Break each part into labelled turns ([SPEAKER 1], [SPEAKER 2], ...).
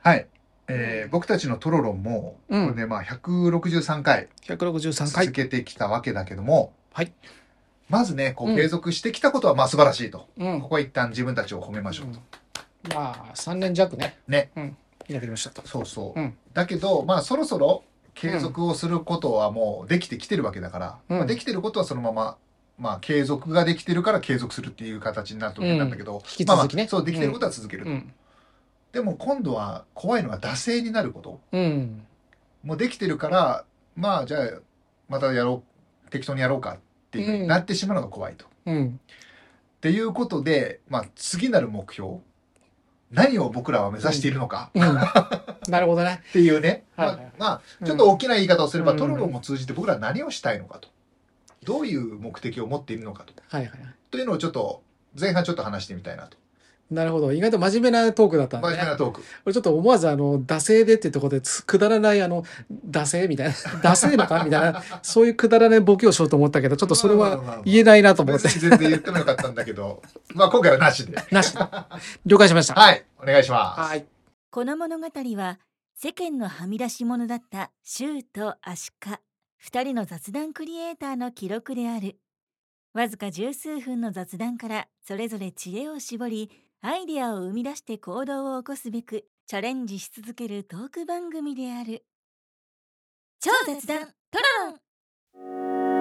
[SPEAKER 1] はい。えー僕たちのトロロンも、
[SPEAKER 2] う
[SPEAKER 1] これ
[SPEAKER 2] ん。
[SPEAKER 1] でまあ163回
[SPEAKER 2] 163
[SPEAKER 1] 続
[SPEAKER 2] 回。
[SPEAKER 1] けてきたわけだけども、
[SPEAKER 2] はい。
[SPEAKER 1] まずね、こ
[SPEAKER 2] う
[SPEAKER 1] うん継続してきたことはまあ素晴らしいと。
[SPEAKER 2] うん。
[SPEAKER 1] ここは一旦自分たちを褒めましょ
[SPEAKER 2] う
[SPEAKER 1] うと。
[SPEAKER 2] んまあ、3年弱ね。
[SPEAKER 1] ね。
[SPEAKER 2] うん。やりましたと。
[SPEAKER 1] そうそう。
[SPEAKER 2] うん。
[SPEAKER 1] だけど、まあそろそろ継続をすることはもうできてきてるわけだから、
[SPEAKER 2] うん
[SPEAKER 1] まあ、できてることはそのまま、まあ継続ができてるから継続するっていう形になると思うんだけど、
[SPEAKER 2] 引き
[SPEAKER 1] まあま
[SPEAKER 2] 続
[SPEAKER 1] あ
[SPEAKER 2] きね。
[SPEAKER 1] そう、できてることは続けると。
[SPEAKER 2] うん。
[SPEAKER 1] でも今度は怖いのは惰性になること。
[SPEAKER 2] うん。
[SPEAKER 1] もうできてるから、まあじゃあ、またやろう、適当にやろうかっていうふうになってしまうのが怖いと。っ
[SPEAKER 2] うん。
[SPEAKER 1] ていうことで、まあ次なる目標、何を僕らは目指しているのか
[SPEAKER 2] うん。なるほどね。
[SPEAKER 1] っていうね、ま
[SPEAKER 2] はいはい
[SPEAKER 1] あ、まあ、ちょっと大きな言い方をすれば、
[SPEAKER 2] うん
[SPEAKER 1] トロロも通じて僕らは何をしたいのかと。どういう目的を持っているのかと。
[SPEAKER 2] はいはい。
[SPEAKER 1] というのをちょっと、前半ちょっと話してみたいなと。
[SPEAKER 2] なるほど。意外と真面目なトークだったん
[SPEAKER 1] 真
[SPEAKER 2] で
[SPEAKER 1] 面
[SPEAKER 2] ね
[SPEAKER 1] 目。なトーク。
[SPEAKER 2] 俺ちょっと思わずあの、惰性でってとこでつ、くだらないあの、惰性みたいな、 惰性のかみたいな、そういうくだらないボケをしようと思ったけど、ちょっとそれは言えない なと思っ
[SPEAKER 1] 別
[SPEAKER 2] て、
[SPEAKER 1] に全然言ってもよかったんだけど、まあ今回はなしで。
[SPEAKER 2] なし。了解しました。
[SPEAKER 1] はい、お願いします。
[SPEAKER 2] はい。
[SPEAKER 3] この物語は世間のはみ出し者だったシューとアシカ二人の雑談クリエイターの記録であるわずか十数分の雑談からそれぞれ知恵を絞りアイデアを生み出して行動を起こすべくチャレンジし続けるトーク番組である超雑談トロロン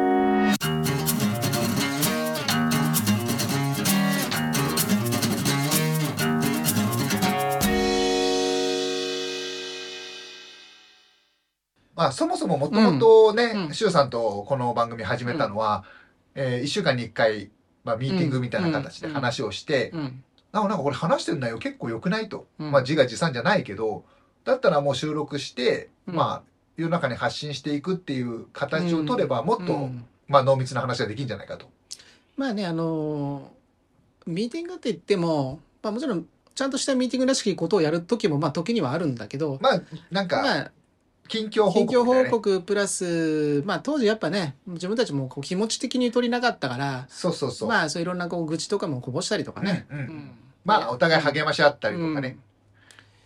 [SPEAKER 1] まあそもそももともとね、
[SPEAKER 2] うんうん
[SPEAKER 1] シュウさんとこの番組始めたのは、え1週間に1回、まあ、ミーティングみたいな形で
[SPEAKER 2] うん
[SPEAKER 1] 話をして、
[SPEAKER 2] うん。
[SPEAKER 1] なんかなんかこれ話してる内容結構良くないと。
[SPEAKER 2] うん
[SPEAKER 1] まあ自画自賛じゃないけど、だったらもう収録して、
[SPEAKER 2] うん
[SPEAKER 1] まあ世の中に発信していくっていう形を取ればもっと、
[SPEAKER 2] うん
[SPEAKER 1] まあ濃密な話ができるんじゃないかと。
[SPEAKER 2] まあね、あのーミーティングって言っても、まあもちろん、ちゃんとしたミーティングらしきことをやるときも、まあ時にはあるんだけど、
[SPEAKER 1] まあなんか
[SPEAKER 2] まあ、
[SPEAKER 1] 近況報
[SPEAKER 2] 近況
[SPEAKER 1] 告みたい
[SPEAKER 2] 報
[SPEAKER 1] な、ね。
[SPEAKER 2] 告プラス、まあ当時やっぱね、自分たちもこう気持ち的に取りなかったから、
[SPEAKER 1] そうそうそう。
[SPEAKER 2] まあそういろんなこう愚痴とかもこぼしたりとかね。
[SPEAKER 1] うんう
[SPEAKER 2] うんん
[SPEAKER 1] まあお互い励まし合ったりとかね、
[SPEAKER 2] うん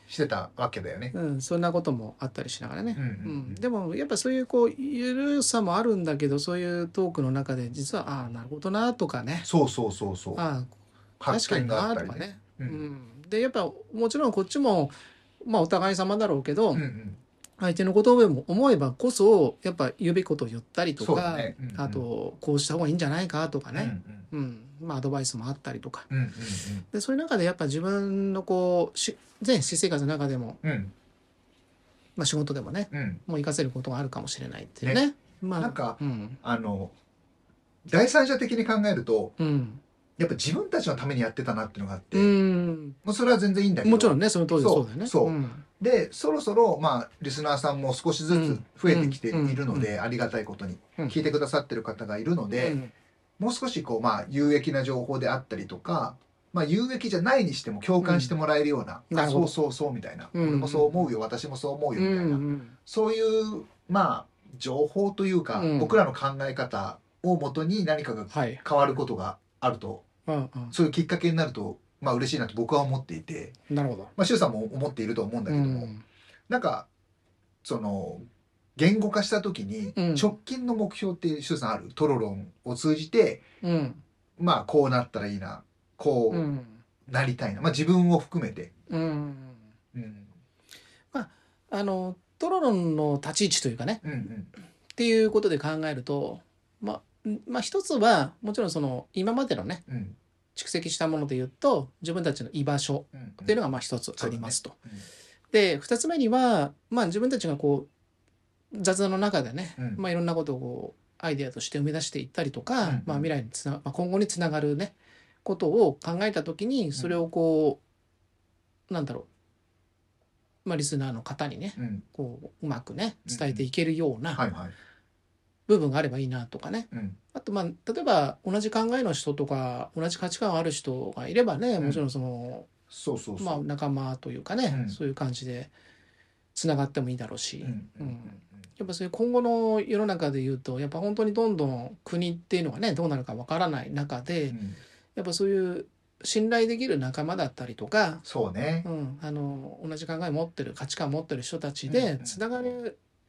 [SPEAKER 1] してたわけだよね。
[SPEAKER 2] うん、そんなこともあったりしながらね
[SPEAKER 1] うん。うんう
[SPEAKER 2] うんん、でもやっぱそういうこうゆるさもあるんだけどそういうトークの中で実はああなるほどなとかね
[SPEAKER 1] そうそうそうそう。
[SPEAKER 2] ああ
[SPEAKER 1] 発見
[SPEAKER 2] 確かに
[SPEAKER 1] があ
[SPEAKER 2] な
[SPEAKER 1] った
[SPEAKER 2] と
[SPEAKER 1] りね。
[SPEAKER 2] かね、
[SPEAKER 1] う
[SPEAKER 2] うんん、でやっぱもちろんこっちも、まあ、お互い様だろうけど、
[SPEAKER 1] うんうん
[SPEAKER 2] 相手のことを思えばこそやっぱ言うべきことを言ったりと
[SPEAKER 1] そうだ
[SPEAKER 2] か、
[SPEAKER 1] ねうんうん
[SPEAKER 2] あとこうした方がいいんじゃないかとか
[SPEAKER 1] うん
[SPEAKER 2] ね、うんまあ、アドバイスもあったりとか
[SPEAKER 1] うんうん
[SPEAKER 2] でそういう中でやっぱ自分のこうし全私生活の中でも、
[SPEAKER 1] うんうん
[SPEAKER 2] まあ、仕事でもね
[SPEAKER 1] うん
[SPEAKER 2] もう活かせることがあるかもしれないっていうね。まあ、
[SPEAKER 1] なんか
[SPEAKER 2] うん、
[SPEAKER 1] あの第三者的に考えると
[SPEAKER 2] うん、
[SPEAKER 1] やっぱ自分たちのためにやってたなっていうのがあって、
[SPEAKER 2] う
[SPEAKER 1] も
[SPEAKER 2] ん、
[SPEAKER 1] うそれは全然いいんだけど
[SPEAKER 2] もちろんね、その当時はそうだよね。
[SPEAKER 1] そうそうんでそろそろまあリスナーさんも少しずつ増えてきているので、
[SPEAKER 2] う
[SPEAKER 1] ありがたいことに、
[SPEAKER 2] うん
[SPEAKER 1] 聞いてくださってる方がいるので、
[SPEAKER 2] うん
[SPEAKER 1] もう少しこうまあ有益な情報であったりとか、まあ、有益じゃないにしても共感してもらえるような、
[SPEAKER 2] うん
[SPEAKER 1] あ
[SPEAKER 2] なるほ
[SPEAKER 1] そう
[SPEAKER 2] ど
[SPEAKER 1] そうそうみたいな、
[SPEAKER 2] うん
[SPEAKER 1] 俺もそう思うよ私もそう思うよみたいな、
[SPEAKER 2] うん
[SPEAKER 1] そういう、まあ、情報というか、
[SPEAKER 2] うん
[SPEAKER 1] 僕らの考え方をもとに何かが
[SPEAKER 2] はい。
[SPEAKER 1] 変わることがあると、
[SPEAKER 2] うんう
[SPEAKER 1] そういうきっかけになると、まあ嬉しいなと僕は思っていて、
[SPEAKER 2] ん、なるほど。
[SPEAKER 1] まあ、周さんも思っていると思うんだ
[SPEAKER 2] う
[SPEAKER 1] けども、
[SPEAKER 2] ん、
[SPEAKER 1] なんか、その、言語化した時に
[SPEAKER 2] うん、
[SPEAKER 1] 直近の目標って周さんあるトロロンを通じて、
[SPEAKER 2] うん、
[SPEAKER 1] まあ、こうなったらいいな、こ
[SPEAKER 2] う、
[SPEAKER 1] うんなりたいな、まあ自分を含めて。
[SPEAKER 2] うん。
[SPEAKER 1] うん。
[SPEAKER 2] あの、トロロンの立ち位置というかね、
[SPEAKER 1] うんうん。
[SPEAKER 2] っていうことで考えると、まあ、んまあ一つは、もちろんその、今までのね、
[SPEAKER 1] うん。
[SPEAKER 2] 蓄積したもので言うと、自分たちの居場所
[SPEAKER 1] うん
[SPEAKER 2] っていうのがまあ一つありますと。
[SPEAKER 1] うん
[SPEAKER 2] で2つ目には、まあ、自分たちがこう雑談の中でね、
[SPEAKER 1] うん
[SPEAKER 2] まあ、いろんなことをこうアイデアとして生み出していったりとか、
[SPEAKER 1] うんうん
[SPEAKER 2] まあ、未来につな、まあ、今後につながるねことを考えた時にそれをこう、なんだろう、まあ、リスナーの方にね
[SPEAKER 1] うん。
[SPEAKER 2] こううまくね
[SPEAKER 1] うん
[SPEAKER 2] 伝えていけるよう
[SPEAKER 1] は
[SPEAKER 2] ない
[SPEAKER 1] はい。
[SPEAKER 2] 部分があればいいなとかね、
[SPEAKER 1] うん。
[SPEAKER 2] あとまあ例えば同じ考えの人とか同じ価値観ある人がいればねもちろんその、
[SPEAKER 1] そうそうそう。
[SPEAKER 2] まあ、仲間というかね、
[SPEAKER 1] うん
[SPEAKER 2] そういう感じでつながってもいいだろうし、
[SPEAKER 1] うんうんうん
[SPEAKER 2] やっぱそういう今後の世の中で言うとやっぱ本当にどんどん国っていうのがねどうなるかわからない中で、
[SPEAKER 1] うん
[SPEAKER 2] やっぱそういう信頼できる仲間だったりとか、
[SPEAKER 1] そうね
[SPEAKER 2] う。ん、あの同じ考え持ってる価値観持ってる人たち
[SPEAKER 1] うんう
[SPEAKER 2] で
[SPEAKER 1] ん
[SPEAKER 2] つながり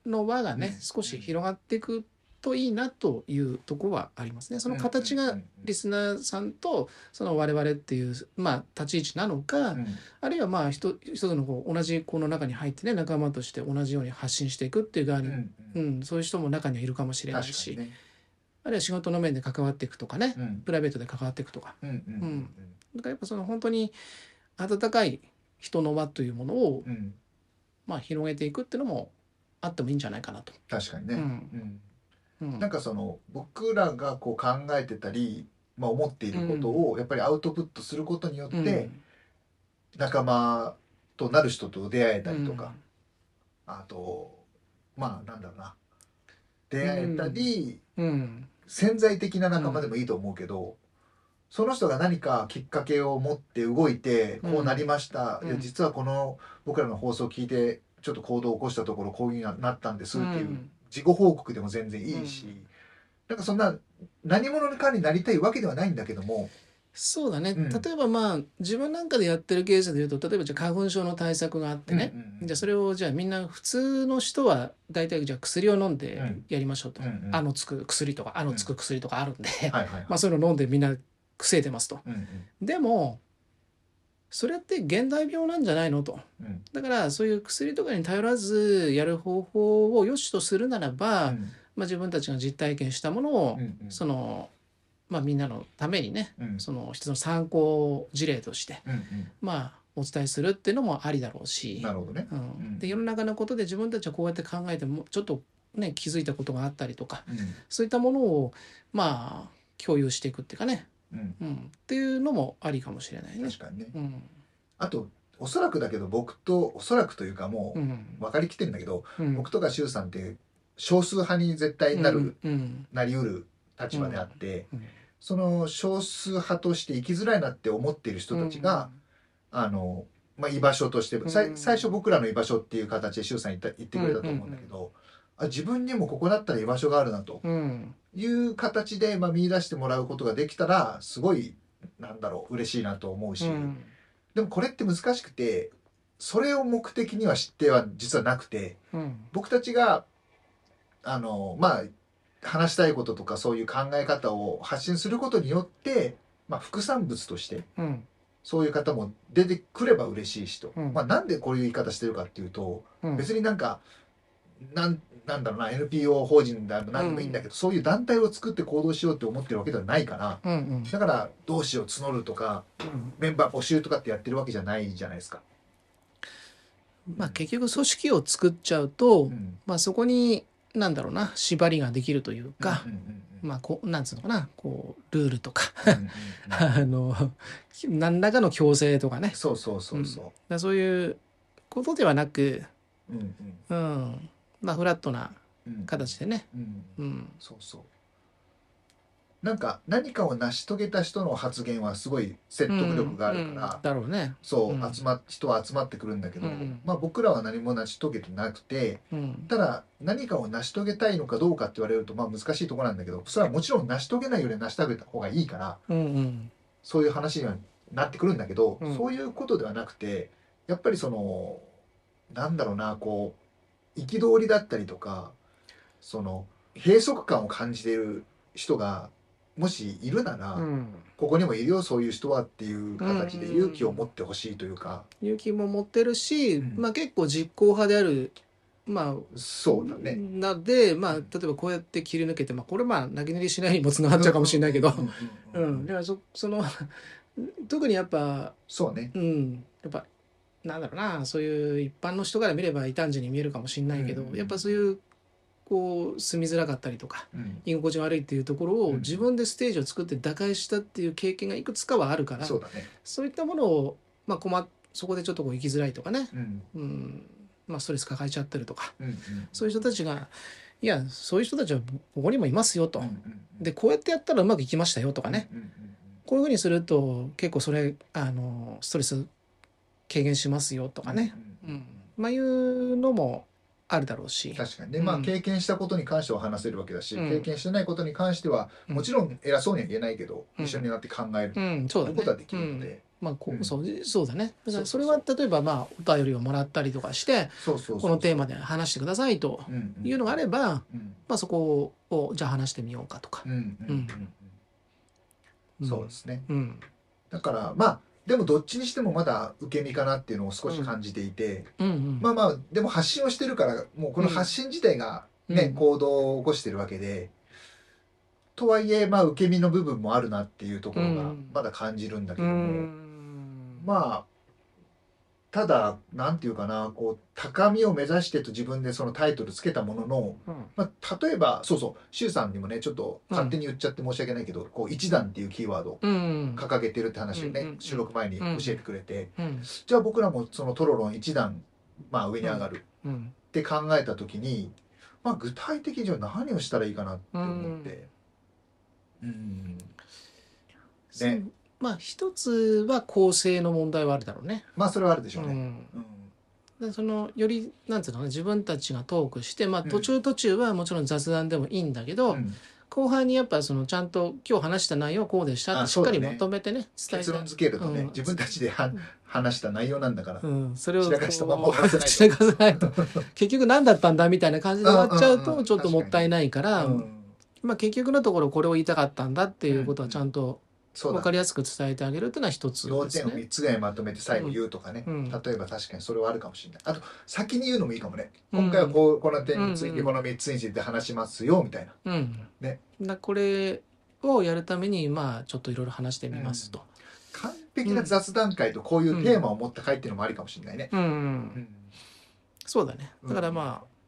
[SPEAKER 2] の輪が
[SPEAKER 1] うん
[SPEAKER 2] ね少し広がっていくといいなというとこはありますね。その形
[SPEAKER 1] う
[SPEAKER 2] が
[SPEAKER 1] ん
[SPEAKER 2] リスナーさんとその我々っていう、まあ、立ち位置なのか、
[SPEAKER 1] うん
[SPEAKER 2] あるいはまあ一つ一つのこう同じこの中に入ってね仲間として同じように発信していくっていう側
[SPEAKER 1] うん
[SPEAKER 2] に、
[SPEAKER 1] う
[SPEAKER 2] うん
[SPEAKER 1] んうん
[SPEAKER 2] そういう人も中にはいるかもしれない
[SPEAKER 1] 確か
[SPEAKER 2] し、
[SPEAKER 1] にね。
[SPEAKER 2] あるいは仕事の面で関わっていくとかね、
[SPEAKER 1] うん
[SPEAKER 2] プライベートで関わっていくとか
[SPEAKER 1] うんうん
[SPEAKER 2] だからやっぱその本当に温かい人の輪というものを、
[SPEAKER 1] うんうん
[SPEAKER 2] まあ、広げていくっていうのもあってもいいんじゃないかなと。
[SPEAKER 1] 確かにね。
[SPEAKER 2] うん
[SPEAKER 1] うん
[SPEAKER 2] うん
[SPEAKER 1] なんかその僕らがこう考えてたり、まあ、思っていることをやっぱりアウトプットすることによっ
[SPEAKER 2] うん
[SPEAKER 1] て仲間となる人と出会えたりとか、あとまあなんだろうな出会えたり、
[SPEAKER 2] うん
[SPEAKER 1] 潜在的な仲間でもいいと思うけど、その人が何かきっかけを持って動いてこうなりました、
[SPEAKER 2] うん
[SPEAKER 1] いや実はこの僕らの放送を聞いてちょっと行動を起こしたところこういうふうになったんですっていう。
[SPEAKER 2] ん
[SPEAKER 1] 自己報告でも全然いいし、
[SPEAKER 2] うん
[SPEAKER 1] なんかそんな何者かになりたいわけではないんだけども、
[SPEAKER 2] そうだね、
[SPEAKER 1] うん
[SPEAKER 2] 例えばまあ自分なんかでやってる経営者でいうと例えばじゃあ花粉症の対策があってね、
[SPEAKER 1] うんうんうん
[SPEAKER 2] じゃあそれをじゃあみんな普通の人は大体じゃあ薬を飲んで
[SPEAKER 1] うん
[SPEAKER 2] やりましょうと、
[SPEAKER 1] うんうん
[SPEAKER 2] あのつく薬とかあのつく薬とかあるん で、
[SPEAKER 1] はいはいはい
[SPEAKER 2] まあそういうの飲んでみんな防いでますと
[SPEAKER 1] うん
[SPEAKER 2] でもそれって現代病なんじゃないのと
[SPEAKER 1] うんうん
[SPEAKER 2] だからそういう薬とかに頼らずやる方法を良しとするならば、まあ、自分たちが実体験したものを、
[SPEAKER 1] うんうん
[SPEAKER 2] そのまあみんなのためにね
[SPEAKER 1] うん
[SPEAKER 2] その一つの参考事例として
[SPEAKER 1] うんう
[SPEAKER 2] まあお伝えするっていうのもありだろうんし
[SPEAKER 1] なるほどね
[SPEAKER 2] う
[SPEAKER 1] うん
[SPEAKER 2] ん、で世の中のことで自分たちはこうやって考えてもちょっとね気づいたことがあったりとか
[SPEAKER 1] う
[SPEAKER 2] そういったものをまあ共有していくっていうかね、
[SPEAKER 1] んうん
[SPEAKER 2] うん、っていうのもありかもしれないね
[SPEAKER 1] 確。かにね
[SPEAKER 2] うん
[SPEAKER 1] あとおそらくだけど僕とおそらくというかも
[SPEAKER 2] う
[SPEAKER 1] うん分かりきってるんだけど、
[SPEAKER 2] うん
[SPEAKER 1] 僕とか周さんって少数派に絶対なる、
[SPEAKER 2] うん
[SPEAKER 1] なりうる立場であって、
[SPEAKER 2] うん
[SPEAKER 1] その少数派として生きづらいなって思っている人たちが、あの、まあ、居場所として、さ
[SPEAKER 2] う
[SPEAKER 1] い
[SPEAKER 2] ん
[SPEAKER 1] 最初僕らの居場所っていう形で周さん言った言ってくれたと思うんだけど、あ自分にもここだったら居場所があるなと
[SPEAKER 2] うんうん
[SPEAKER 1] いう形で、まあ、見出してもらうことができたらすごいなんだろう嬉しいなと思うし、
[SPEAKER 2] うん
[SPEAKER 1] でもこれって難しくてそれを目的には知っては実はなくて
[SPEAKER 2] うん
[SPEAKER 1] 僕たちがあのまあ話したいこととかそういう考え方を発信することによって、まあ、副産物として
[SPEAKER 2] うん
[SPEAKER 1] そういう方も出てくれば嬉しいしと、
[SPEAKER 2] うん
[SPEAKER 1] まあ、なんでこういう言い方してるかっていうと、
[SPEAKER 2] うん
[SPEAKER 1] 別になんかなんなんだろうな NPO 法人でも何でもいいんだけど、そういう団体を作って行動しようって思ってるわけではないから
[SPEAKER 2] うんうん
[SPEAKER 1] だから同志を募るとか
[SPEAKER 2] うん
[SPEAKER 1] メンバー募集とかってやってるわけじゃないじゃないですか。
[SPEAKER 2] まあ結局組織を作っちゃうと、
[SPEAKER 1] うん
[SPEAKER 2] まあそこになんだろうな縛りができるというか
[SPEAKER 1] う、んうんうん
[SPEAKER 2] まあこうなんつうのかなこうルールとか
[SPEAKER 1] うんうんうん
[SPEAKER 2] あの何らかの強制とかねだか
[SPEAKER 1] そうそうそうそ
[SPEAKER 2] らそういうことではなく、
[SPEAKER 1] う。うん
[SPEAKER 2] うんまあ、フラットな
[SPEAKER 1] うんうん
[SPEAKER 2] 形でね、
[SPEAKER 1] うん
[SPEAKER 2] うん、
[SPEAKER 1] そうそう。なんか何かを成し遂げた人の発言はすごい説得力があるから、
[SPEAKER 2] うんだろうね、
[SPEAKER 1] そう、
[SPEAKER 2] うん
[SPEAKER 1] 集ま人は集まってくるんだけど、
[SPEAKER 2] うん
[SPEAKER 1] まあ、僕らは何も成し遂げてなくて
[SPEAKER 2] うん
[SPEAKER 1] ただ何かを成し遂げたいのかどうかって言われるとまあ難しいところなんだけどそれはもちろん成し遂げないよりは成し遂げた方がいいから
[SPEAKER 2] うんうん
[SPEAKER 1] そういう話にはなってくるんだけど、
[SPEAKER 2] うん
[SPEAKER 1] そういうことではなくてやっぱりそのなんだろうなこう憤りだったりとかその閉塞感を感じている人がもしいるなら、
[SPEAKER 2] うん
[SPEAKER 1] ここにもいるよそういう人はっていう形で勇気を持ってほしいというか、
[SPEAKER 2] 勇気も持ってるし、
[SPEAKER 1] うん
[SPEAKER 2] まあ、結構実行派であるまあ
[SPEAKER 1] そうだね。
[SPEAKER 2] なので、まあ、例えばこうやって切り抜けて、まあ、これまあ投げ練りしないにもつながっちゃうかもしれないけ
[SPEAKER 1] う
[SPEAKER 2] ど、
[SPEAKER 1] ん
[SPEAKER 2] う
[SPEAKER 1] うんうん
[SPEAKER 2] ん、だからそその特にやっぱ、
[SPEAKER 1] そうね。
[SPEAKER 2] うん、やっぱなんだろうなそういう一般の人から見れば異端児に見えるかもしれないけど、
[SPEAKER 1] うん
[SPEAKER 2] やっぱそういうこう住みづらかったりとか
[SPEAKER 1] うん
[SPEAKER 2] 居心地悪いっていうところ
[SPEAKER 1] う
[SPEAKER 2] を
[SPEAKER 1] ん
[SPEAKER 2] 自分でステージを作って打開したっていう経験がいくつかはあるから、
[SPEAKER 1] そうだね。
[SPEAKER 2] そういったものを、まあ、困っそこでちょっとこう生きづらいとかね、
[SPEAKER 1] うん
[SPEAKER 2] うんまあ、ストレス抱えちゃってるとか。
[SPEAKER 1] うんうん
[SPEAKER 2] そういう人たちが、いや、そういう人たちはここにもいますよと
[SPEAKER 1] うんう。んうん
[SPEAKER 2] で、こうやってやったらうまくいきましたよとかね。
[SPEAKER 1] うんうんうん
[SPEAKER 2] こういうふうにすると、結構それ、あの、ストレス軽減しますよとかね。
[SPEAKER 1] うんうん
[SPEAKER 2] まあいうのもあるだろうし。
[SPEAKER 1] 確かにね、まあ
[SPEAKER 2] うん
[SPEAKER 1] 経験したことに関しては話せるわけだし、
[SPEAKER 2] うん
[SPEAKER 1] 経験してないことに関しては
[SPEAKER 2] うん
[SPEAKER 1] もちろん偉そうには言えないけど、
[SPEAKER 2] うん
[SPEAKER 1] 一緒になって考えると
[SPEAKER 2] うん、そうだ
[SPEAKER 1] いう
[SPEAKER 2] ね。
[SPEAKER 1] ことはできるの
[SPEAKER 2] うん
[SPEAKER 1] で、
[SPEAKER 2] まあ、こ
[SPEAKER 1] うん
[SPEAKER 2] うそうそうだね。だか
[SPEAKER 1] そ
[SPEAKER 2] らそうれ
[SPEAKER 1] そう
[SPEAKER 2] は例えばまあお便りをもらったりとかして
[SPEAKER 1] そうそうそう
[SPEAKER 2] このテーマで話してくださいと
[SPEAKER 1] うんうん
[SPEAKER 2] いうのがあれば、
[SPEAKER 1] うん
[SPEAKER 2] まあ、そこをじゃあ話してみようかとか
[SPEAKER 1] う。んうんうんうん
[SPEAKER 2] ん
[SPEAKER 1] そうですね
[SPEAKER 2] うん
[SPEAKER 1] だからまあでもどっちにしてもまだ受け身かなっていうのを少し感じていて、
[SPEAKER 2] うんうん
[SPEAKER 1] まあまあでも発信をしてるからもうこの発信自体がね、
[SPEAKER 2] うん
[SPEAKER 1] 行動を起こしてるわけでとはいえまあ受け身の部分もあるなっていうところ
[SPEAKER 2] う
[SPEAKER 1] が
[SPEAKER 2] ん
[SPEAKER 1] まだ感じるんだけ
[SPEAKER 2] う
[SPEAKER 1] ども、
[SPEAKER 2] ん
[SPEAKER 1] まあただなんていうかなこう高みを目指してと自分でそのタイトルつけたものの、
[SPEAKER 2] うん
[SPEAKER 1] まあ、例えばそうそう周さんにもねちょっと勝手に言っちゃって申し訳ないけど、こう一段っていうキーワードを
[SPEAKER 2] うん
[SPEAKER 1] 掲げてるって話をね、
[SPEAKER 2] うんうんうん
[SPEAKER 1] 収録前に教えてくれて、
[SPEAKER 2] うん
[SPEAKER 1] じゃあ僕らもそのトロロン一段、まあ、上に上がる
[SPEAKER 2] うん
[SPEAKER 1] って考えた時に、まあ、具体的にじゃあ何をしたらいいかなって思って。うん
[SPEAKER 2] そうまあ一つは構成の問題はあるだろうね。
[SPEAKER 1] まあそれはあるでしょう
[SPEAKER 2] う
[SPEAKER 1] ね。
[SPEAKER 2] ん
[SPEAKER 1] うん
[SPEAKER 2] でそのよりなんていうのかな自分たちがトークして、まあ、
[SPEAKER 1] うん
[SPEAKER 2] 途中途中はもちろん雑談でもいいんだけど、
[SPEAKER 1] うん
[SPEAKER 2] 後半にやっぱそのちゃんと今日話した内容はこうでしたっ
[SPEAKER 1] あ
[SPEAKER 2] てしっか
[SPEAKER 1] そ
[SPEAKER 2] り
[SPEAKER 1] うだね
[SPEAKER 2] まとめてね伝え
[SPEAKER 1] 結
[SPEAKER 2] た
[SPEAKER 1] 論付けるとね、
[SPEAKER 2] うん
[SPEAKER 1] 自分たちでは話した内容なんだから、
[SPEAKER 2] うん、それを
[SPEAKER 1] 散らかしたまま
[SPEAKER 2] こう
[SPEAKER 1] 終わらせないと
[SPEAKER 2] 散らかさないと結局何だったんだみたいな感じで終わっちゃう
[SPEAKER 1] うんうんう
[SPEAKER 2] と
[SPEAKER 1] ん
[SPEAKER 2] ちょっともったいないから、
[SPEAKER 1] うん
[SPEAKER 2] まあ、結局のところこれを言いたかったんだっていうことはちゃんと
[SPEAKER 1] そう
[SPEAKER 2] 分
[SPEAKER 1] だ
[SPEAKER 2] かりやすく伝えてあげるっていうのは一つ
[SPEAKER 1] 要
[SPEAKER 2] です
[SPEAKER 1] 点を
[SPEAKER 2] ね。
[SPEAKER 1] 3つぐらいまとめて最後言うとかね、
[SPEAKER 2] うん
[SPEAKER 1] 例えば確かにそれはあるかもしれないあと先に言うのもいいかもね今回はこうこの点について
[SPEAKER 2] うん
[SPEAKER 1] この3つについて話しますよみたいな
[SPEAKER 2] うん
[SPEAKER 1] ね
[SPEAKER 2] だこれをやるためにまあちょっといろいろ話してみますと。
[SPEAKER 1] 完璧な雑談会とこういうテーマを持った会っていうのもありかもしれないね、
[SPEAKER 2] うん
[SPEAKER 1] うん
[SPEAKER 2] そうだね
[SPEAKER 1] うん
[SPEAKER 2] だからまあ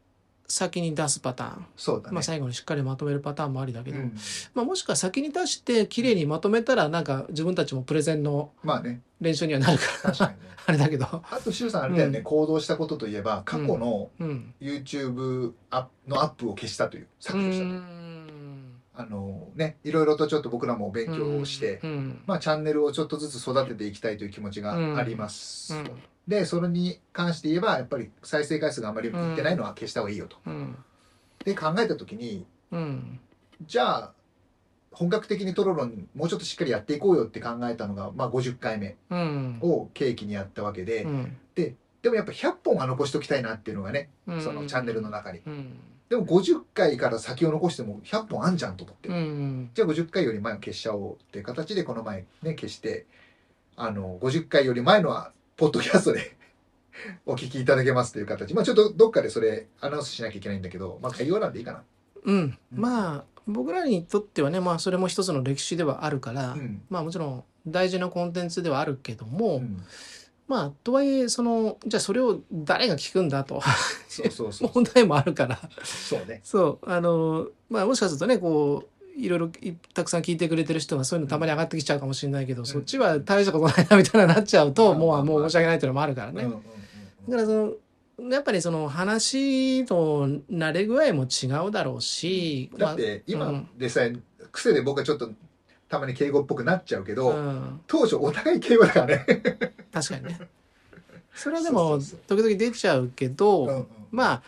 [SPEAKER 2] 先に出すパターン、
[SPEAKER 1] そうだね、
[SPEAKER 2] まあ、最後にしっかりまとめるパターンもありだけど、
[SPEAKER 1] うん
[SPEAKER 2] まあ、もしくは先に出して綺麗にまとめたらなんか自分たちもプレゼンの
[SPEAKER 1] まあね
[SPEAKER 2] 練習にはなるか
[SPEAKER 1] 確
[SPEAKER 2] ら
[SPEAKER 1] かにね
[SPEAKER 2] あれだけど、
[SPEAKER 1] あと周さんあれだよね、
[SPEAKER 2] うん
[SPEAKER 1] 行動したことといえば過去の
[SPEAKER 2] うん、
[SPEAKER 1] YouTube アップのアップを消したという削除したといううんあのねいろいろとちょっと僕らも勉強をして、
[SPEAKER 2] うん
[SPEAKER 1] まあ、チャンネルをちょっとずつ育てていきたいという気持ちがあります。
[SPEAKER 2] うん
[SPEAKER 1] で、それに関して言えば、やっぱり再生回数があまりいってないのは消した方がいいよと。
[SPEAKER 2] うん
[SPEAKER 1] で、考えたときに、
[SPEAKER 2] うん
[SPEAKER 1] じゃあ、本格的にトロロンもうちょっとしっかりやっていこうよって考えたのが、まあ、50回目
[SPEAKER 2] うん
[SPEAKER 1] を契機にやったわけで、
[SPEAKER 2] うん
[SPEAKER 1] でもやっぱ100本は残しときたいなっていうのがね、
[SPEAKER 2] うん
[SPEAKER 1] そのチャンネルの中に。
[SPEAKER 2] うん
[SPEAKER 1] でも50回から先を残しても100本あんじゃんと思って。
[SPEAKER 2] うん
[SPEAKER 1] じゃあ50回より前を消しちゃおうっていう形でこの前ね消してあの50回より前のはポッドキャストで お聞きいただけますという形まあちょっとどっかでそれアナウンスしなきゃいけないんだけどまあ概要欄でいいかな。
[SPEAKER 2] うんまあ僕らにとってはねまあそれも一つの歴史ではあるから、
[SPEAKER 1] うん
[SPEAKER 2] まあもちろん大事なコンテンツではあるけども、
[SPEAKER 1] うん
[SPEAKER 2] まあとはいえそのじゃあそれを誰が聞くんだと
[SPEAKER 1] そうそうそう
[SPEAKER 2] 問題もあるから
[SPEAKER 1] そうね。
[SPEAKER 2] そうあのまあもしかするとねこういろいろいたくさん聞いてくれてる人はそういうのたまに上がってきちゃうかもしれないけど、
[SPEAKER 1] ん
[SPEAKER 2] そっちは大したことないなみたいななっちゃうと、
[SPEAKER 1] うん
[SPEAKER 2] もうもう申し訳ないというのもあるから
[SPEAKER 1] うんう
[SPEAKER 2] ね。
[SPEAKER 1] んうん
[SPEAKER 2] だからそのやっぱりその話の慣れ具合も違うだろうし、
[SPEAKER 1] うんだって
[SPEAKER 2] まあう
[SPEAKER 1] 今
[SPEAKER 2] ん
[SPEAKER 1] でさえ癖で僕はちょっとたまに敬語っぽくなっちゃうけ
[SPEAKER 2] う
[SPEAKER 1] ど
[SPEAKER 2] ん、
[SPEAKER 1] 当初お互い敬語だからね。
[SPEAKER 2] 確か にね。それはでも
[SPEAKER 1] そうそう
[SPEAKER 2] 時々出ちゃう けど、
[SPEAKER 1] あ
[SPEAKER 2] まあ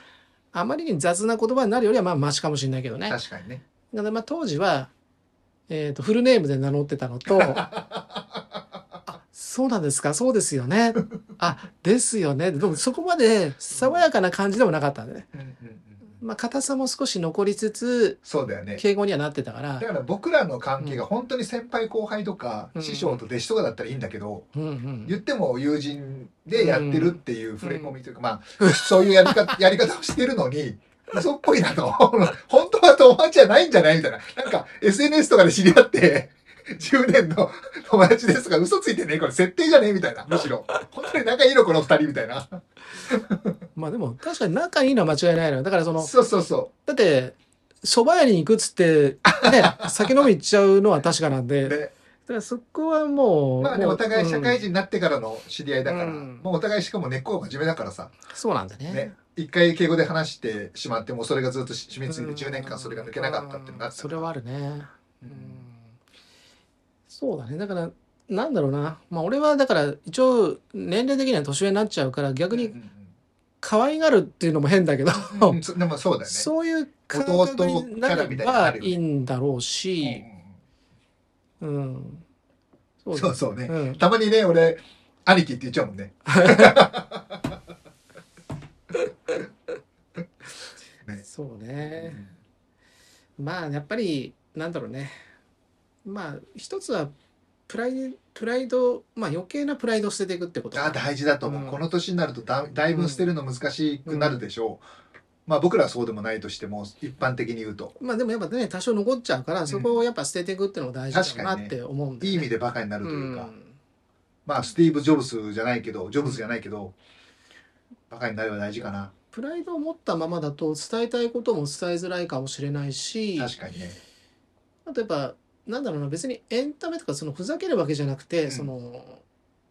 [SPEAKER 2] あまりに雑な言葉になるよりはまあマシかもしれないけどね。
[SPEAKER 1] 確かにね。
[SPEAKER 2] なのでまあ当時は、えー、とフルネームで名乗ってた のとあそうなんですかそうですよねあですよねでもそこまで爽やかな感じでもなかったんでね、
[SPEAKER 1] うんうんうんうん
[SPEAKER 2] まあ、硬さも少し残りつつ
[SPEAKER 1] そうだよね。
[SPEAKER 2] 敬語にはなってたから
[SPEAKER 1] だ、から僕らの関係が本当に先輩後輩とか、
[SPEAKER 2] うん
[SPEAKER 1] 師匠と弟子とかだったらいいんだけど、
[SPEAKER 2] うんう
[SPEAKER 1] 言っ
[SPEAKER 2] ん、
[SPEAKER 1] ても友人でやってるっていう触れ込みというか、まあそういうやり 方やり方をしてるのに嘘っぽいなと本当は友達じゃないんじゃないみたいななんか SNS とかで知り合って10年の友達ですとか嘘ついてねこれ設定じゃねみたいなむしろ本当に仲いいのこの2人みたいな
[SPEAKER 2] まあでも確かに仲いいのは間違いないのよだからその
[SPEAKER 1] そうそうそ
[SPEAKER 2] だって蕎麦屋に行くっつって、 ね、酒飲み行っちゃうのは確かなん
[SPEAKER 1] う
[SPEAKER 2] でだ
[SPEAKER 1] で
[SPEAKER 2] からそこはもう
[SPEAKER 1] まあね
[SPEAKER 2] もう
[SPEAKER 1] お互い社会
[SPEAKER 2] うん
[SPEAKER 1] 人になってからの知り合いだから、
[SPEAKER 2] うん
[SPEAKER 1] まあ、お互いしかも根っこが真面目だからさ
[SPEAKER 2] そうなんだね
[SPEAKER 1] ね、一回敬語で話してしまってもうそれがずっと染みついて10年間それが抜けなかったっていうのがあった
[SPEAKER 2] それはあるね
[SPEAKER 1] うん
[SPEAKER 2] そうだねだからなんだろうなまあ俺はだから一応年齢的には年上になっちゃうから逆
[SPEAKER 1] うん
[SPEAKER 2] に
[SPEAKER 1] うん
[SPEAKER 2] 可愛がるっていうのも変だけど、
[SPEAKER 1] うんそでもそうだよね。
[SPEAKER 2] そういう感覚にな
[SPEAKER 1] 弟キャラみたい
[SPEAKER 2] れ
[SPEAKER 1] にな
[SPEAKER 2] ば
[SPEAKER 1] るよね
[SPEAKER 2] いいんだろう
[SPEAKER 1] うん
[SPEAKER 2] し、うん。
[SPEAKER 1] うん
[SPEAKER 2] そ
[SPEAKER 1] そう
[SPEAKER 2] う
[SPEAKER 1] そうね
[SPEAKER 2] だ。うん。
[SPEAKER 1] たまにね、俺、兄貴って言っちゃうもんね。
[SPEAKER 2] そうね。まあ、やっぱり、なんだろうね。まあ、一つは、プライ、プライド、まあ余計なプライドを捨てていくってこと
[SPEAKER 1] あ大事だと思う、
[SPEAKER 2] うん
[SPEAKER 1] この年になるとだだいぶ捨てるの難しくなるでしょう、まあ僕らはそうでもないとしても一般的に言うと
[SPEAKER 2] まあでもやっぱね、多少残っちゃうから、そこをやっぱ捨てていくっていうのも大事だなって思うんで、
[SPEAKER 1] いい意味
[SPEAKER 2] で
[SPEAKER 1] でバカになるというか、
[SPEAKER 2] ん。
[SPEAKER 1] まあスティーブ・ジョブスじゃないけどジョブスじゃないけどバカになれば大事かな
[SPEAKER 2] プライドを持ったままだと伝えたいことも伝えづらいかもしれないし、
[SPEAKER 1] 確かにね
[SPEAKER 2] あとやっぱ、なんだろうな、別にエンタメとかそのふざけるわけじゃなくて、
[SPEAKER 1] うん
[SPEAKER 2] その、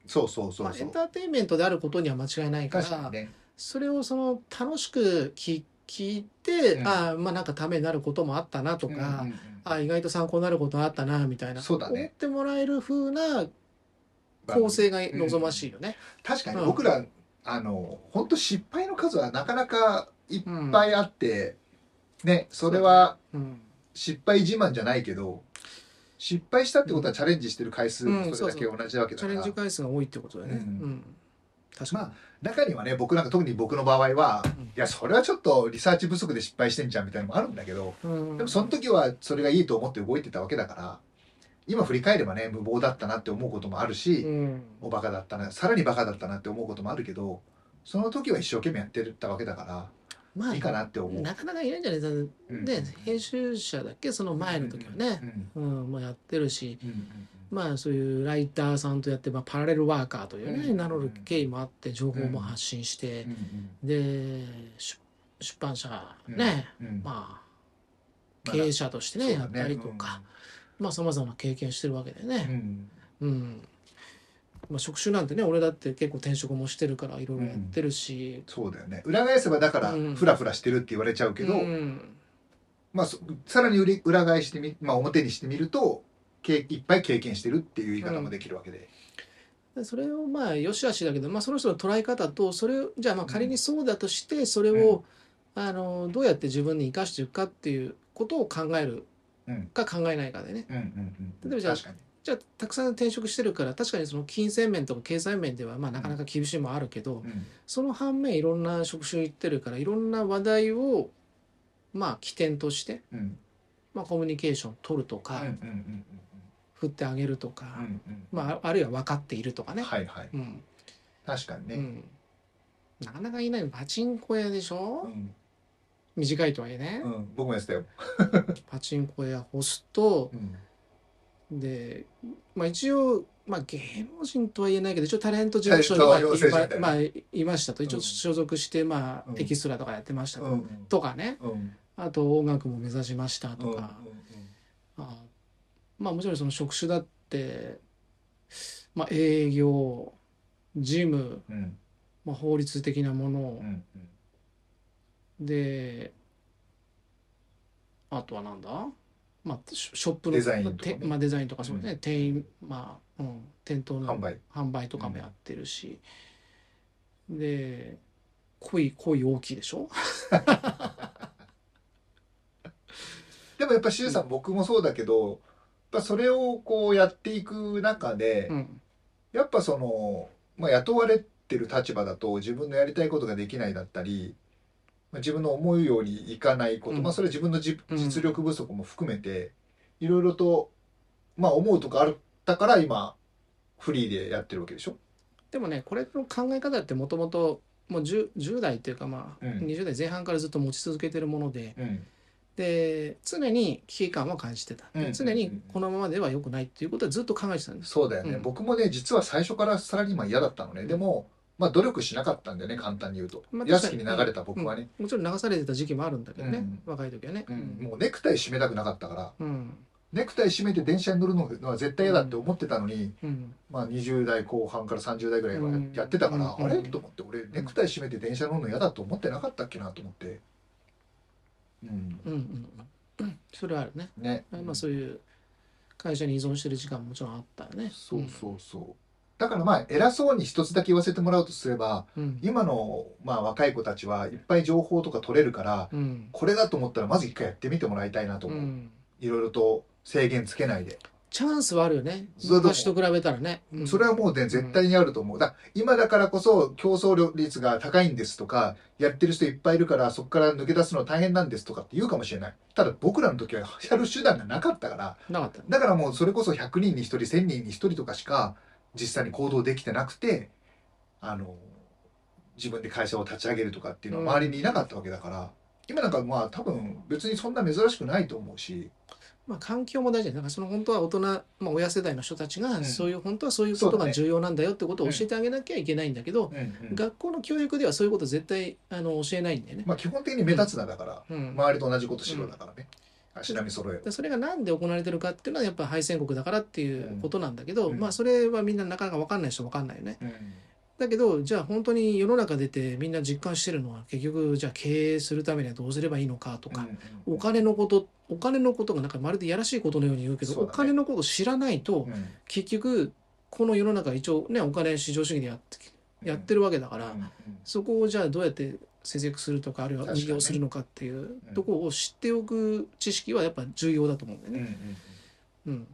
[SPEAKER 1] そうそうそ
[SPEAKER 2] まあ
[SPEAKER 1] う、
[SPEAKER 2] エ
[SPEAKER 1] そ
[SPEAKER 2] ン
[SPEAKER 1] う、
[SPEAKER 2] ターテインメントであることには間違いないから、
[SPEAKER 1] 確かにね
[SPEAKER 2] それをその楽しく聞聞いて、
[SPEAKER 1] うん
[SPEAKER 2] ああ、まあなんかためになることもあったなとか、
[SPEAKER 1] うんうんうん
[SPEAKER 2] ああ、意外と参考になることあったな、みたいな、
[SPEAKER 1] そうだね
[SPEAKER 2] 思ってもらえる風な構成が望ましいよね。
[SPEAKER 1] 確かに
[SPEAKER 2] うん
[SPEAKER 1] 僕ら、あの本当失敗の数はなかなかいっぱいあって、ねそれは
[SPEAKER 2] うん。
[SPEAKER 1] 失敗自慢じゃないけど失敗したってことはチャレンジしてる回数
[SPEAKER 2] う
[SPEAKER 1] も
[SPEAKER 2] ん
[SPEAKER 1] それだけ同じなわけだ
[SPEAKER 2] チ
[SPEAKER 1] か
[SPEAKER 2] ャレン
[SPEAKER 1] ら、
[SPEAKER 2] ジ回数が多いってことだよ
[SPEAKER 1] う
[SPEAKER 2] ね。うんん。確
[SPEAKER 1] ま
[SPEAKER 2] か
[SPEAKER 1] あ中にはね僕なんか特に僕の場合は、
[SPEAKER 2] うん
[SPEAKER 1] いやそれはちょっとリサーチ不足で失敗してんじゃんみたいなのもあるんだけど
[SPEAKER 2] に。うん
[SPEAKER 1] でもその時はそれがいいと思って動いてたわけだから今振り返ればね無謀だったなって思うこともあるし、
[SPEAKER 2] うん。
[SPEAKER 1] おバカだったなさらにバカだったなって思うこともあるけどその時は一生懸命やってたわけだか
[SPEAKER 2] ま
[SPEAKER 1] ら
[SPEAKER 2] あ
[SPEAKER 1] いい、かなって思う。
[SPEAKER 2] なかなかいないんじゃないですか。
[SPEAKER 1] うん
[SPEAKER 2] ね、編集者だっけその前の時はね
[SPEAKER 1] う。ん
[SPEAKER 2] うん、まあやってるし、
[SPEAKER 1] うんうん
[SPEAKER 2] まあそういうライターさんとやって、まあパラレルワーカーというね、
[SPEAKER 1] うん
[SPEAKER 2] 名乗る経緯もあって、情報も発信して
[SPEAKER 1] うん、
[SPEAKER 2] で、出出版社ね、
[SPEAKER 1] うんうん
[SPEAKER 2] まあ、
[SPEAKER 1] まだ
[SPEAKER 2] 経営者としてね、
[SPEAKER 1] そ
[SPEAKER 2] や
[SPEAKER 1] う
[SPEAKER 2] っ
[SPEAKER 1] だね
[SPEAKER 2] たりとか、まあ様々な経験してるわけでね。
[SPEAKER 1] うん
[SPEAKER 2] うん。まあ、職種なんてね、俺だって結構転職もしてるから、いろいろやってるし。
[SPEAKER 1] そうだよね裏返せばだから
[SPEAKER 2] うん
[SPEAKER 1] フラフラしてるって言われちゃうけど、
[SPEAKER 2] うん
[SPEAKER 1] まあ、そさらに裏裏返してみ、まあ、表にしてみるとけいっぱい経験してるっていう言い方もできるわけで、
[SPEAKER 2] でそれをまあ、よしあしだけど、まあ、その人の捉え方と、それを、じゃあまあ、仮にそうだとして、それを、あの、どうやって自分に生かしていくかっていうことを考える
[SPEAKER 1] うん
[SPEAKER 2] か考えないかでね。
[SPEAKER 1] うんうんうん
[SPEAKER 2] 例えばじゃあ
[SPEAKER 1] 確かに
[SPEAKER 2] じゃあ、たくさん転職してるから、確かにその金銭面とか経済面では、まあ、なかなか厳しいもあるけど、
[SPEAKER 1] うん
[SPEAKER 2] その反面、いろんな職種行ってるから、いろんな話題を、まあ、起点として、
[SPEAKER 1] うん
[SPEAKER 2] まあ、コミュニケーション取ると
[SPEAKER 1] うん
[SPEAKER 2] か、
[SPEAKER 1] うんうん
[SPEAKER 2] 振ってあげるとか、
[SPEAKER 1] うんうんうん
[SPEAKER 2] まあ、あるいは分かっているとかね、
[SPEAKER 1] はいはい
[SPEAKER 2] うん
[SPEAKER 1] 確かに
[SPEAKER 2] う
[SPEAKER 1] ね、
[SPEAKER 2] ん、なかなかいないパチンコ屋でし
[SPEAKER 1] う
[SPEAKER 2] ょ
[SPEAKER 1] ん
[SPEAKER 2] 短いとはいえね、
[SPEAKER 1] うん僕もやってたよ、
[SPEAKER 2] パチンコ屋ホスト
[SPEAKER 1] うん
[SPEAKER 2] で、まあ、一応、まあ、芸能人とは言えないけど一応タレント事務所に
[SPEAKER 1] タ
[SPEAKER 2] ま
[SPEAKER 1] レ
[SPEAKER 2] あ
[SPEAKER 1] ン
[SPEAKER 2] い
[SPEAKER 1] ト養成所みたいな
[SPEAKER 2] まあいましたと一
[SPEAKER 1] う
[SPEAKER 2] 応
[SPEAKER 1] ん
[SPEAKER 2] 所属して、まあ
[SPEAKER 1] うん
[SPEAKER 2] エキストラとかやってました
[SPEAKER 1] う
[SPEAKER 2] と,、
[SPEAKER 1] ん
[SPEAKER 2] とかね
[SPEAKER 1] うん
[SPEAKER 2] あと音楽も目指しました
[SPEAKER 1] うん
[SPEAKER 2] とか、あまあもちろんその職種だって、まあ、営業事務、
[SPEAKER 1] うんうん
[SPEAKER 2] まあ、法律的なも
[SPEAKER 1] う
[SPEAKER 2] の
[SPEAKER 1] ん
[SPEAKER 2] であとはなんだ、まあ、ショショップの
[SPEAKER 1] デザインとかね
[SPEAKER 2] てまあ、デザインとかそうね、店員まあ、うん、店頭
[SPEAKER 1] うん
[SPEAKER 2] の
[SPEAKER 1] 販売
[SPEAKER 2] 販売とかもやってるし、で恋恋大きいでしょ
[SPEAKER 1] でもやっぱ柊さん、僕もそうだけどやっぱそれをこうやっていく中で、
[SPEAKER 2] うん
[SPEAKER 1] やっぱその、まあ、雇われてる立場だと自分のやりたいことができないだったり、まあ、自分の思うようにいかないこと、
[SPEAKER 2] うん
[SPEAKER 1] まあ、それは自分のじ
[SPEAKER 2] うん
[SPEAKER 1] 実力不足も含めて、いろいろと、まあ、思うとこあったから今フリーでやってるわけでしょ
[SPEAKER 2] でもねこれの考え方ってもともともう 10, 10代っていうかまあ、
[SPEAKER 1] うん
[SPEAKER 2] 20代前半からずっと持ち続けてるもので、
[SPEAKER 1] うん
[SPEAKER 2] で常に危機感は感じてた、
[SPEAKER 1] うんうんうん
[SPEAKER 2] 常にこのままでは良くないっていうことはずっと考えてたんです
[SPEAKER 1] そうだよね、
[SPEAKER 2] うん
[SPEAKER 1] 僕もね実は最初からサラリーマン嫌だったのねでも、まあ、努力しなかったんだよね簡単に言うと、
[SPEAKER 2] まあ
[SPEAKER 1] 安
[SPEAKER 2] 確
[SPEAKER 1] き
[SPEAKER 2] か
[SPEAKER 1] に
[SPEAKER 2] に
[SPEAKER 1] 流れた僕はね、
[SPEAKER 2] もちろん流されてた時期もあるんだけどね、
[SPEAKER 1] うん
[SPEAKER 2] 若い時はね
[SPEAKER 1] うんもうネクタイ締めたくなかったから
[SPEAKER 2] うん
[SPEAKER 1] ネクタイ締めて電車に乗るのは絶対嫌だって思ってたのに、
[SPEAKER 2] うん
[SPEAKER 1] まあ、20代後半から30代ぐらいは
[SPEAKER 2] うん
[SPEAKER 1] やってたから、
[SPEAKER 2] うん
[SPEAKER 1] あれと思って俺ネクタイ締めて電車乗るの嫌だと思ってなかったっけなと思って、うん
[SPEAKER 2] うんうんうんうんそれはあるね、
[SPEAKER 1] ね、
[SPEAKER 2] まあそう
[SPEAKER 1] いう
[SPEAKER 2] いう会社に依存してる時間ももちろんあったよね
[SPEAKER 1] そうそうそうだからまあ偉そうに一つだけ言わせてもらうとすれば
[SPEAKER 2] うん。
[SPEAKER 1] 今のまあ若い子たちはいっぱい情報とか取れるから
[SPEAKER 2] うん。
[SPEAKER 1] これだと思ったらまず一回やってみてもらいたいなと
[SPEAKER 2] う
[SPEAKER 1] 思う、
[SPEAKER 2] ん。
[SPEAKER 1] いろいろと制限つけないで、
[SPEAKER 2] チャンスはあるよね。
[SPEAKER 1] そうだと思う
[SPEAKER 2] 昔と比べたらね。うん
[SPEAKER 1] それはもうね絶対にあると思うだから今だからこそ競争率が高いんですとかやってる人いっぱいいるからそこから抜け出すの大変なんですとかって言うかもしれないただ僕らの時はやる手段がなかったから
[SPEAKER 2] なかった。
[SPEAKER 1] だからもうそれこそ100人に1人1000人に1人とかしか実際に行動できてなくてあの自分で会社を立ち上げるとかっていうのは周りにいなかったわけだから、今なんかまあ多分別にそんな珍しくないと思うし
[SPEAKER 2] まあ環境も大事だ。だからその本当は大人、まあ親世代の人たち
[SPEAKER 1] う
[SPEAKER 2] が
[SPEAKER 1] ん
[SPEAKER 2] そういう本当はそういうこと
[SPEAKER 1] そうだ
[SPEAKER 2] が
[SPEAKER 1] ね
[SPEAKER 2] 重要なんだよってことを教えてあげなきゃいけないんだけど、学校の教育ではそういうこと絶対あの教えないんだよね。
[SPEAKER 1] まあ、基本的に目立つなだから、
[SPEAKER 2] うん。
[SPEAKER 1] 周りと同じことしろだからね、足並み揃えろ
[SPEAKER 2] でそれがなんで行われてるかっていうのはやっぱ敗戦国だからっていうことなんだけど、
[SPEAKER 1] うん
[SPEAKER 2] まあそれはみんななかなか分かんない人分かんないよね。
[SPEAKER 1] うん
[SPEAKER 2] だけどじゃあ本当に世の中出てみんな実感してるのは結局じゃあ経営するためにはどうすればいいのかとか、お金のことお金のことがなんかまるでやらしいことのように言うけど
[SPEAKER 1] そうだ
[SPEAKER 2] お
[SPEAKER 1] ね
[SPEAKER 2] 金のことを知らないと
[SPEAKER 1] うん
[SPEAKER 2] 結局この世の中一応ねお金市場主義でやってやってるわけだから、
[SPEAKER 1] うん
[SPEAKER 2] そこをじゃあどうやって節約するとかあるいは
[SPEAKER 1] 確かにね
[SPEAKER 2] 運用するのかっていう
[SPEAKER 1] うん
[SPEAKER 2] ところを知っておく知識はやっぱ重要だと思うんだよね
[SPEAKER 1] うんう。ん
[SPEAKER 2] うん、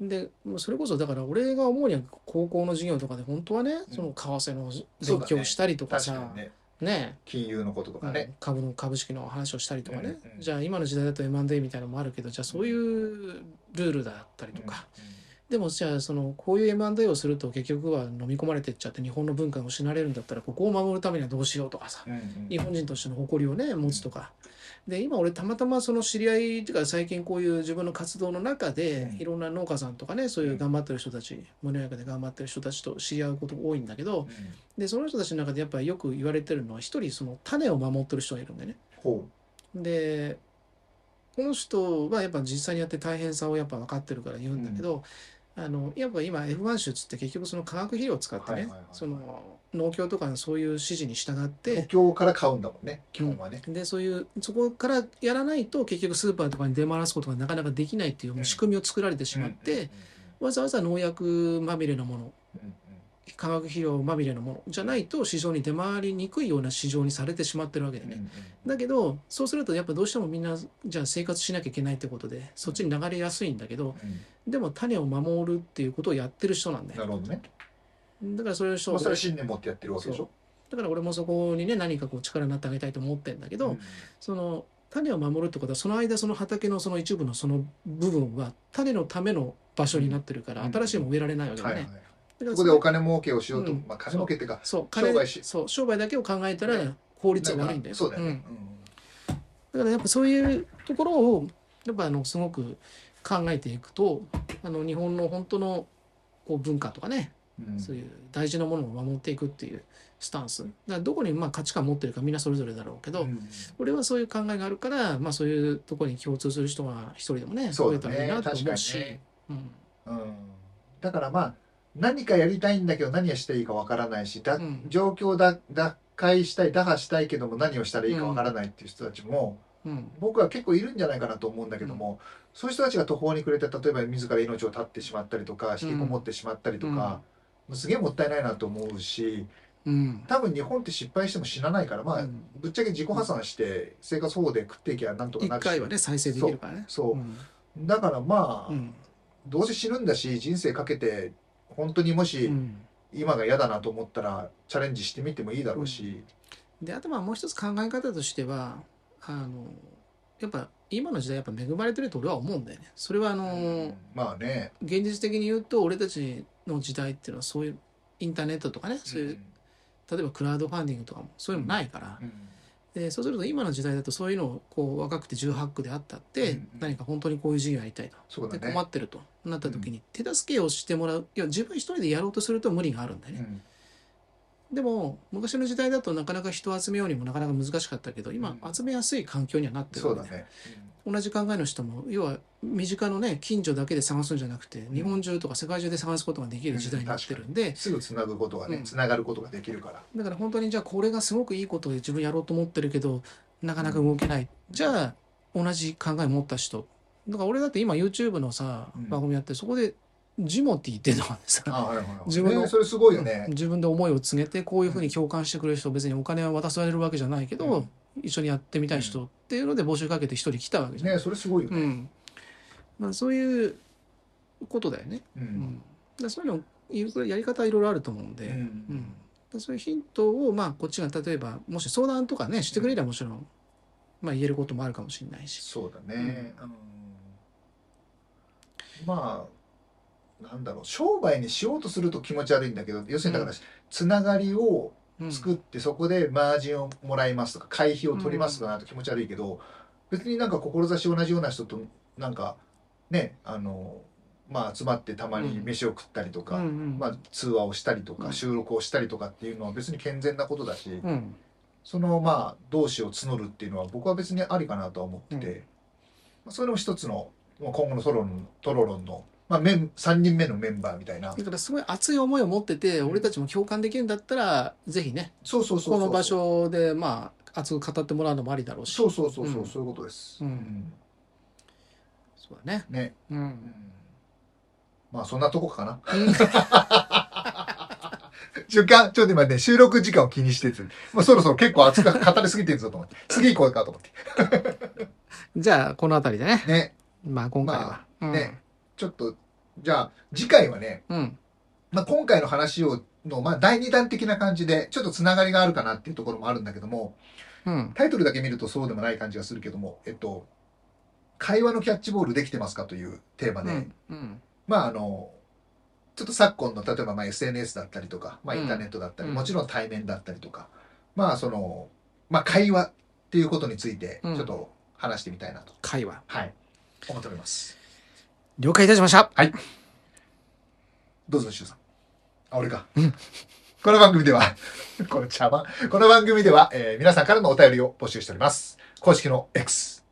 [SPEAKER 2] でもうそれこそだから俺が思うには高校の授業とかで本当はね、
[SPEAKER 1] うん
[SPEAKER 2] その為替の
[SPEAKER 1] そう
[SPEAKER 2] 勉
[SPEAKER 1] だね
[SPEAKER 2] 強したりとか
[SPEAKER 1] 確
[SPEAKER 2] さ
[SPEAKER 1] かにね
[SPEAKER 2] ね
[SPEAKER 1] 金融のこととか
[SPEAKER 2] う
[SPEAKER 1] ね、
[SPEAKER 2] ん株の株式の話をしたりとかね、
[SPEAKER 1] うんうん
[SPEAKER 2] じゃあ今の時代だと M&A みたいなのもあるけどじゃあそういうルールだったりとか、でもじゃあそのこういう M&A をすると結局は飲み込まれてっちゃって日本の文化が失われるんだったらここを守るためにはどうしようとかさ、
[SPEAKER 1] うんうん
[SPEAKER 2] 日本人としての誇りをね持つとか、で今俺たまたまその知り合いっていうか最近こういう自分の活動の中で、
[SPEAKER 1] うん
[SPEAKER 2] いろんな農家さんとかねそういう頑張ってる人たち無農薬で頑張ってる人たちと知り合うことが多いんだけど
[SPEAKER 1] うん
[SPEAKER 2] でその人たちの中でやっぱりよく言われてるのは一人その種を守ってる人がいるんだよね。
[SPEAKER 1] ほ
[SPEAKER 2] でこの人はやっぱ実際にやって大変さをやっぱ分かってるから言うんだけど、あのやっぱ今 F1 種っつって結局その化学肥料を使って
[SPEAKER 1] はい
[SPEAKER 2] ね、
[SPEAKER 1] はいはい
[SPEAKER 2] その農協とかのそういう指示に従
[SPEAKER 1] う
[SPEAKER 2] って
[SPEAKER 1] 東京から買うんだもんね基本はね、
[SPEAKER 2] でそういうそこからやらないと結局スーパーとかに出回らすことがなかなかできないっていうもう仕組みを作られてしまって、わざわざ農薬まみれのもの
[SPEAKER 1] うんうんうん
[SPEAKER 2] 化学肥料まみれのものじゃないと市場に出回りにくいような市場にされてしまってるわけでね、だけどそうするとやっぱどうしてもみんなじゃあ生活しなきゃいけないってことでそっちに流れやすいんだけどでも種を守るっていうことをやってる人なんだ
[SPEAKER 1] な
[SPEAKER 2] よ
[SPEAKER 1] るほどね。
[SPEAKER 2] だからそれを
[SPEAKER 1] まあ、それは
[SPEAKER 2] だ
[SPEAKER 1] 信念持ってやってるわけでしょ。
[SPEAKER 2] から俺もそこにね何かこう力になってあげたいと思ってんだけど、その種を守るってことはその間その畑のその一部のその部分は種のための場所になってるから、
[SPEAKER 1] うん
[SPEAKER 2] 新しいもの植えられないわ
[SPEAKER 1] うん
[SPEAKER 2] けだ
[SPEAKER 1] は
[SPEAKER 2] よ
[SPEAKER 1] い
[SPEAKER 2] ね、
[SPEAKER 1] はい。
[SPEAKER 2] だから
[SPEAKER 1] そこでお金儲けをしようと、
[SPEAKER 2] うん
[SPEAKER 1] まあ金儲けっていうか、
[SPEAKER 2] そう
[SPEAKER 1] 商売し
[SPEAKER 2] そう商売だけを考えたら効率が悪いんだよ
[SPEAKER 1] そうだよ
[SPEAKER 2] う
[SPEAKER 1] ね
[SPEAKER 2] ん。だからやっぱそういうところをやっぱあのすごく考えていくとあの日本の本当のこう文化とかね、
[SPEAKER 1] うんうん
[SPEAKER 2] そういう大事なものを守っていくっていうスタンスだからどこにまあ価値観持ってるかみんなそれぞれだろうけど、
[SPEAKER 1] うん
[SPEAKER 2] 俺はそういう考えがあるから、まあ、そういうところに共通する人が一人でもね
[SPEAKER 1] そ
[SPEAKER 2] 増
[SPEAKER 1] う
[SPEAKER 2] え
[SPEAKER 1] だ
[SPEAKER 2] た
[SPEAKER 1] ね
[SPEAKER 2] らいいなと思うし
[SPEAKER 1] 確かにね
[SPEAKER 2] うん
[SPEAKER 1] うんだからまあ何かやりたいんだけど何をしたらいいかわからないし、だ
[SPEAKER 2] うん
[SPEAKER 1] 状況だ脱回したい打破したいけども何をしたらいいかわからないっていう人たちも、
[SPEAKER 2] うん
[SPEAKER 1] 僕は結構いるんじゃないかなと思うんだけども、そういう人たちが途方に暮れて例えば自ら命を絶ってしまったりとか引きこもってしまったりとか、もうすげえもったいないなと思うし
[SPEAKER 2] うん
[SPEAKER 1] 多分日本って失敗しても死なないからまあ、
[SPEAKER 2] うん
[SPEAKER 1] ぶっちゃけ自己破産して生活保護で食っていけばなんとか
[SPEAKER 2] 一
[SPEAKER 1] なるし
[SPEAKER 2] 回はね再生できるからね。
[SPEAKER 1] そう、
[SPEAKER 2] うん
[SPEAKER 1] だからまあ、
[SPEAKER 2] うん
[SPEAKER 1] どうせ死ぬんだし人生かけて本当にも
[SPEAKER 2] う
[SPEAKER 1] し
[SPEAKER 2] ん
[SPEAKER 1] 今が嫌だなと思ったらチャレンジしてみてもいいだろうし、
[SPEAKER 2] であとまあもう一つ考え方としてはあのやっぱ今の時代やっぱ恵まれてると俺は思うんだよね。それはあの、
[SPEAKER 1] まあね、
[SPEAKER 2] 現実的に言うと俺たちの時代っていうのはそういうインターネットとかねそういう、例えばクラウドファンディングとかもそういうのもないから、
[SPEAKER 1] うん
[SPEAKER 2] でそうすると今の時代だとそういうのをこう若くて18区であったって、
[SPEAKER 1] うんうん
[SPEAKER 2] 何か本当にこういう事業やりたいと、
[SPEAKER 1] そうだ
[SPEAKER 2] で
[SPEAKER 1] ね
[SPEAKER 2] 困ってるとなった時に手助けをしてもらういや自分一人でやろうとすると無理があるんだよね、
[SPEAKER 1] うん
[SPEAKER 2] でも昔の時代だとなかなか人を集めようにもなかなか難しかったけど今
[SPEAKER 1] うん
[SPEAKER 2] 集めやすい環境にはなってる
[SPEAKER 1] そ
[SPEAKER 2] わ
[SPEAKER 1] う
[SPEAKER 2] け
[SPEAKER 1] だ
[SPEAKER 2] だよ
[SPEAKER 1] ね、
[SPEAKER 2] 同じ考えの人も要は身近のね近所だけで探すんじゃなくて、日本中とか世界中で探すことができる時代になってるんで、
[SPEAKER 1] すぐつなぐことがね、
[SPEAKER 2] うん
[SPEAKER 1] つながることができるから
[SPEAKER 2] だから本当にじゃあこれがすごくいいことで自分やろうと思ってるけどなかなか動けない、じゃあ同じ考え持った人だから俺だって今 YouTube のさ
[SPEAKER 1] うん
[SPEAKER 2] 番組やってるそこでジモティーっていうのはですね
[SPEAKER 1] あはいはいはい。
[SPEAKER 2] 自分の
[SPEAKER 1] ねそれすごいよね。
[SPEAKER 2] 自分で思いを告げてこういうふうに共感してくれる人別にお金は渡されるわけじゃないけど、
[SPEAKER 1] うん
[SPEAKER 2] 一緒にやってみたい人っていうので募集かけて一人来たわけじゃん、
[SPEAKER 1] ねそれすごいよ
[SPEAKER 2] う
[SPEAKER 1] ね。
[SPEAKER 2] んまあ、そういうことだよね、
[SPEAKER 1] う。
[SPEAKER 2] うんだそういうのいろいろやり方はいろいろあると思うんで、
[SPEAKER 1] う
[SPEAKER 2] だ
[SPEAKER 1] ん。
[SPEAKER 2] そういうヒントをまあこっちが例えばもし相談とかねしてくれればもちろん、まあ、言えることもあるかもしれないし、
[SPEAKER 1] そうだね。うんまあなんだろう商売にしようとすると気持ち悪いんだけど要するにだから、つながりを
[SPEAKER 2] うん
[SPEAKER 1] 作ってそこでマージンをもらいますとか会費を取りますとかなると気持ち悪いけど、別になんか志同じような人となんかねあのまあ集まってたまに飯を食ったりとか、
[SPEAKER 2] うんうん
[SPEAKER 1] まあ、通話をしたりと
[SPEAKER 2] う
[SPEAKER 1] か
[SPEAKER 2] ん
[SPEAKER 1] 収録をしたりとかっていうのは別に健全なことだし、
[SPEAKER 2] うん
[SPEAKER 1] そのまあ同志を募るっていうのは僕は別にありかなとは思ってて、
[SPEAKER 2] うん
[SPEAKER 1] まあ、それも一つのまあ今後のトロロントロロンの、まあ、メン3人目のメンバーみたいな
[SPEAKER 2] だからすごい熱い思いを持ってて俺たちも共感できるんだったらぜひね
[SPEAKER 1] そうそうそうそう
[SPEAKER 2] この場所でまあ熱く語ってもらうのもありだろうし
[SPEAKER 1] そうそうそうそう、
[SPEAKER 2] うん
[SPEAKER 1] そういうことです、
[SPEAKER 2] うんそうだね
[SPEAKER 1] うんね、
[SPEAKER 2] う
[SPEAKER 1] うん
[SPEAKER 2] ん、
[SPEAKER 1] まあそんなとこかな 時間ちょっと今ね収録時間を気にしててもうそろそろ結構熱く語りすぎてるぞと思って次行こうかと思って
[SPEAKER 2] じゃあこの辺りでね
[SPEAKER 1] ね
[SPEAKER 2] まあ今回は、
[SPEAKER 1] ま
[SPEAKER 2] うん
[SPEAKER 1] ねちょっとじゃあ次回はね
[SPEAKER 2] うん
[SPEAKER 1] まあ、今回の話をの、まあ、第2弾的な感じで、ちょっとつながりがあるかなっていうところもあるんだけども、
[SPEAKER 2] うん
[SPEAKER 1] タイトルだけ見るとそうでもない感じがするけども、えっと、会話のキャッチボールできてますかというテーマで、
[SPEAKER 2] うん
[SPEAKER 1] まあ、あの、ちょっと昨今の、例えばまあ SNS だったりとか、まあ、
[SPEAKER 2] うん
[SPEAKER 1] インターネットだったり、
[SPEAKER 2] うん
[SPEAKER 1] もちろん対面だったりとか、まあ、その、まあ、会話っていうことについて、ち
[SPEAKER 2] うん
[SPEAKER 1] ょっと話してみたいなと、
[SPEAKER 2] 会話
[SPEAKER 1] はい、思っております。
[SPEAKER 2] 了解いたしました
[SPEAKER 1] どうぞ、しゅうさん。あ、俺か。この番組では、 この茶番、この番組では、えー皆さんからのお便りを募集しております。公式の X、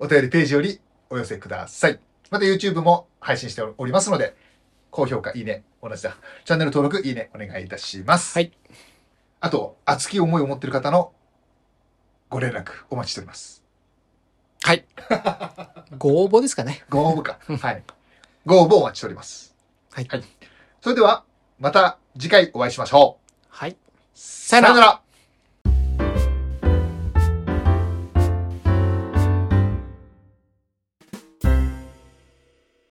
[SPEAKER 1] お便りページよりお寄せください。また YouTube も配信しておりますので、高評価、いいね、同じだ。チャンネル登録、いいね、お願いいたします。
[SPEAKER 2] はい。
[SPEAKER 1] あと、熱き思いを持っている方のご連絡お待ちしております。
[SPEAKER 2] はい ご応募ですかね
[SPEAKER 1] ご応募 か。はい。ご応募お待ちしております。
[SPEAKER 2] はい
[SPEAKER 1] それでは、また次回お会いしましょう。
[SPEAKER 2] はいさよ
[SPEAKER 1] さ
[SPEAKER 2] な
[SPEAKER 1] よ
[SPEAKER 2] ら
[SPEAKER 1] なら。